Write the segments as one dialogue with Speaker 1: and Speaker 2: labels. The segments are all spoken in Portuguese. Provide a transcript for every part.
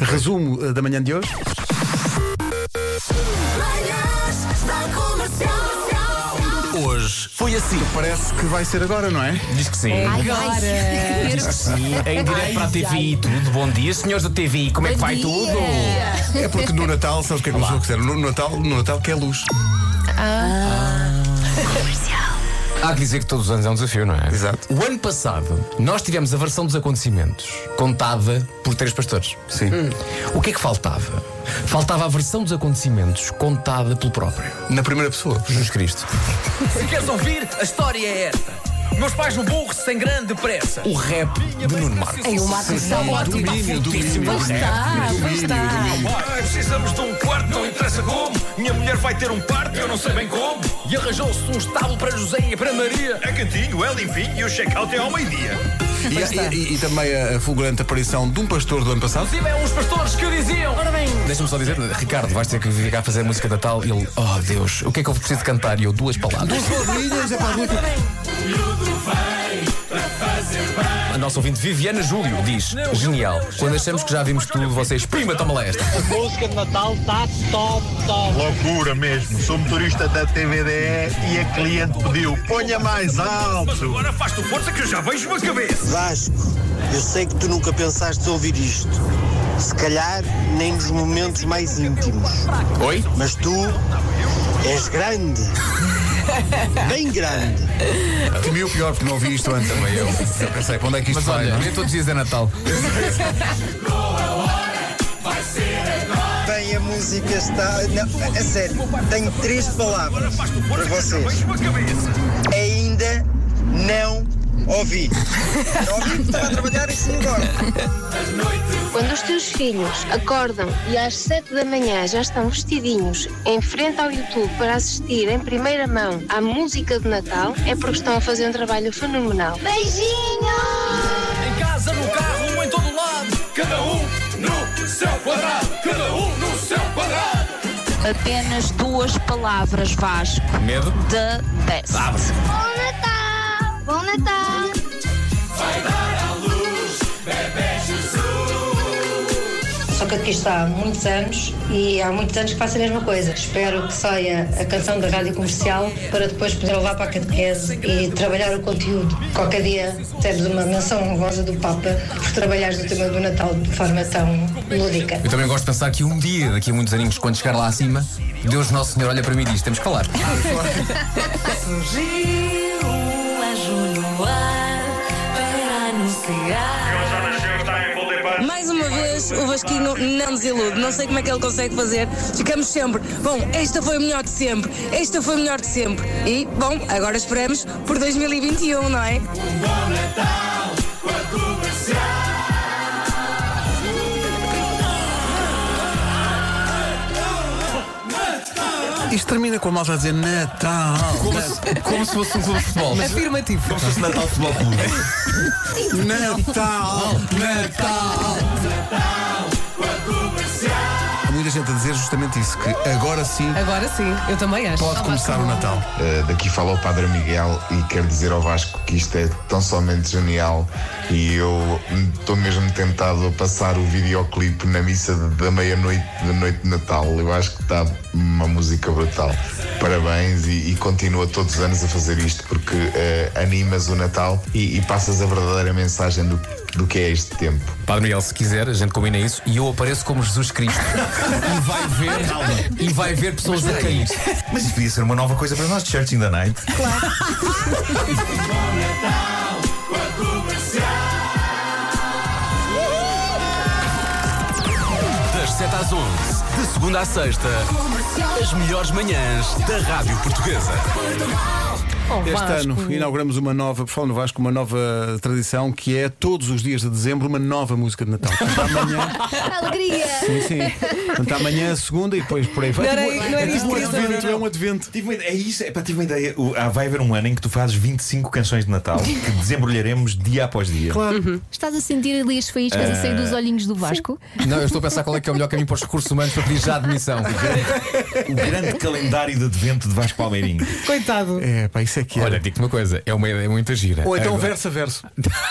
Speaker 1: Resumo eh, da manhã de hoje.
Speaker 2: Manhãs da Comercial.
Speaker 3: Hoje foi assim.
Speaker 1: Parece que vai ser agora, não é?
Speaker 3: Diz que sim. Diz que sim. Em direto para a TVI e tudo. Bom dia, senhores da TVI. Como é que vai tudo?
Speaker 1: É porque no Natal, sabes o que é que os outros quiseram? No Natal, no Natal quer luz.
Speaker 3: Há que dizer que todos os anos é um desafio, não é?
Speaker 1: Exato.
Speaker 3: O ano passado, nós tivemos a versão dos acontecimentos contada por três pastores.
Speaker 1: Sim.
Speaker 4: Hum.
Speaker 3: O que é que faltava? Faltava a versão dos acontecimentos contada pelo próprio.
Speaker 1: Na primeira pessoa.
Speaker 4: Ah,
Speaker 3: Jesus Cristo.
Speaker 5: Se queres ouvir, a história é esta. Meus pais no burro sem grande pressa.
Speaker 3: O rap de Nuno Marcos.
Speaker 4: Ei, o Marco está ótimo.
Speaker 1: Domínio, domínio,
Speaker 4: Pois está, pois está.
Speaker 6: Ai, precisamos de um quarto, não interessa como. Minha mulher vai ter um parto, eu não sei bem como.
Speaker 5: E arranjou-se um estábulo para José e para Maria.
Speaker 6: É cantinho, é limpinho e o check-out é ao meio-dia.
Speaker 1: E, e- e também a, a fulgurante aparição de um pastor do ano passado.
Speaker 5: Inclusive, é uns pastores que diziam.
Speaker 3: Deixa-me só dizer, Ricardo, vais ter que vir cá fazer a música de Natal. E ele, oh Deus, o que é que eu preciso de cantar? E eu, duas palavras.
Speaker 1: é para
Speaker 3: A nossa ouvinte Viviana Júlio diz: Genial, quando achamos que já vimos tudo, vocês, prima, toma lá esta.
Speaker 7: música de Natal está top, top.
Speaker 8: Loucura mesmo. Sou motorista da TVDE e é a cliente pediu: ponha mais alto.
Speaker 6: Mas agora faz-te força que eu já vejo uma cabeça.
Speaker 7: Vasco, eu sei que tu nunca pensaste ouvir isto. Se calhar nem nos momentos mais íntimos.
Speaker 3: Oi?
Speaker 7: Mas tu és grande. Bem grande.
Speaker 1: Temi o pior porque não ouvi isto antes. Também eu. Eu pensei, quando é que isto
Speaker 3: Mas
Speaker 1: vai?
Speaker 3: olha,
Speaker 1: não é?
Speaker 3: nem todos os dias é Natal.
Speaker 7: Bem, a música está. Não, a sério, tenho três palavras
Speaker 6: Faz-te força que eu já vejo uma cabeça.
Speaker 7: Ainda não ouvi. Não ouvi porque estava a trabalhar e se engorda.
Speaker 9: Quando os teus filhos acordam e às 7 da manhã já estão vestidinhos em frente ao YouTube para assistir em primeira mão à música de Natal, é porque estão a fazer um trabalho fenomenal.
Speaker 2: Beijinhos.
Speaker 5: Em casa, no carro, um em todo lado.
Speaker 6: Cada um no seu quadrado. Cada um no seu quadrado.
Speaker 10: Apenas duas palavras, Vasco.
Speaker 3: Medo?
Speaker 10: The best.
Speaker 2: Bom Natal. Bom Natal.
Speaker 11: Só que aqui está há muitos anos e há muitos anos que faço a mesma coisa. Espero que saia a canção da rádio comercial para depois poder levar para a catequese e trabalhar o conteúdo. Qualquer dia temos uma menção honrosa do Papa por trabalhares o tema do Natal de forma tão lúdica.
Speaker 3: Eu também gosto de pensar que um dia, daqui a muitos aninhos, quando chegar lá acima, Deus Nosso Senhor olha para mim e diz: temos que falar.
Speaker 4: Surgiu um anjo no ar para anunciar.
Speaker 10: Mais uma vez, o Vasquinho não desilude. Não sei como é que ele consegue fazer. Ficamos sempre, bom, esta foi melhor de sempre, esta foi melhor de sempre. E, bom, agora esperamos por 2021, não é?
Speaker 1: é?" Isto termina com a malta a dizer Natal.
Speaker 3: Como se fosse um clube de futebol. Afirmativo. Como se fosse Natal Futebol Clube.
Speaker 1: Natal, Natal, Há muita gente a dizer justamente isso, que agora sim
Speaker 4: Agora sim, eu também acho.
Speaker 1: pode começar o Natal.
Speaker 8: Uh, daqui fala o Padre Miguel e quero dizer ao Vasco que isto é tão somente genial e eu estou mesmo tentado a passar o videoclipe na missa de- da meia-noite da noite de Natal. Eu acho que está uma música brutal. Parabéns e, e continua todos os anos a fazer isto porque uh, animas o Natal e, e passas a verdadeira mensagem do, do que é este tempo.
Speaker 3: Padre Miguel, se quiser, a gente combina isso e eu apareço como Jesus Cristo. e vai ver, e vai ver pessoas a cair.
Speaker 6: Mas isso devia ser uma nova coisa para nós, Church in the Night.
Speaker 5: Das 7 às 11, de segunda à sexta, as melhores manhãs da Rádio Portuguesa.
Speaker 1: Este ano inauguramos uma nova, por favor, no Vasco, uma nova tradição que é todos os dias de dezembro uma nova música de Natal. Portanto, amanhã,
Speaker 2: Alegria.
Speaker 1: sim, sim. Portanto, amanhã a segunda e depois por aí vai.
Speaker 4: Não era- não era isto
Speaker 1: é um
Speaker 4: que eu estava a
Speaker 1: advento, é um advento.
Speaker 6: Tive uma ideia, é isso, é para tive uma ideia. O- ah, vai haver um ano em que tu fazes 25 canções de Natal que desembrulharemos dia após dia. Claro.
Speaker 2: Estás a sentir ali as faíscas a sair dos olhinhos do Vasco?
Speaker 3: Não, eu estou a pensar qual é que é o melhor caminho para os recursos humanos para pedir já admissão.
Speaker 6: O grande calendário de advento de Vasco Palmeirinho.
Speaker 4: Coitado.
Speaker 1: É, pá, isso é é que era?
Speaker 3: Olha, é digo-te uma coisa, é uma ideia muito gira.
Speaker 1: Ou então
Speaker 3: Agora-
Speaker 1: verso a verso.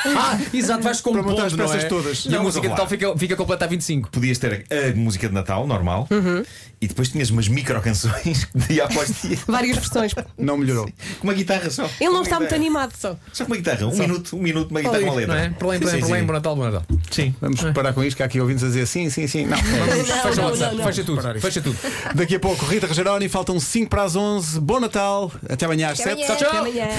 Speaker 3: Ah, exato, vais compondo,
Speaker 1: Para montar as
Speaker 3: não
Speaker 1: peças
Speaker 3: é?
Speaker 1: todas.
Speaker 3: E a música de tal fica, fica completa a 25.
Speaker 6: Podias ter a música de Natal, normal,
Speaker 3: Uhum.
Speaker 6: e depois tinhas umas micro canções dia após dia.
Speaker 4: Várias versões.
Speaker 1: Não melhorou.
Speaker 6: Com uma guitarra só.
Speaker 4: Ele não
Speaker 6: Uma
Speaker 4: está muito
Speaker 6: guitarra.
Speaker 4: animado só.
Speaker 6: Só com uma guitarra, um
Speaker 3: Só.
Speaker 6: minuto, um minuto, uma guitarra, uma letra.
Speaker 3: não é? Problema,
Speaker 6: Sim,
Speaker 3: problema,
Speaker 6: sim,
Speaker 3: problema,
Speaker 6: sim.
Speaker 3: bom Natal, bom Natal.
Speaker 6: Sim.
Speaker 1: Vamos parar com isto, que há aqui ouvintes a dizer sim, sim, sim. Não, é vamos
Speaker 3: Fecha o
Speaker 4: não,
Speaker 3: WhatsApp,
Speaker 4: não.
Speaker 3: fecha tudo, fecha tudo.
Speaker 1: Daqui a pouco, Rita Rogeroni, faltam 5 para as 11. Bom Natal, até amanhã às
Speaker 2: Até
Speaker 1: 7.
Speaker 2: amanhã.
Speaker 3: Tchau, tchau.
Speaker 2: Até amanhã.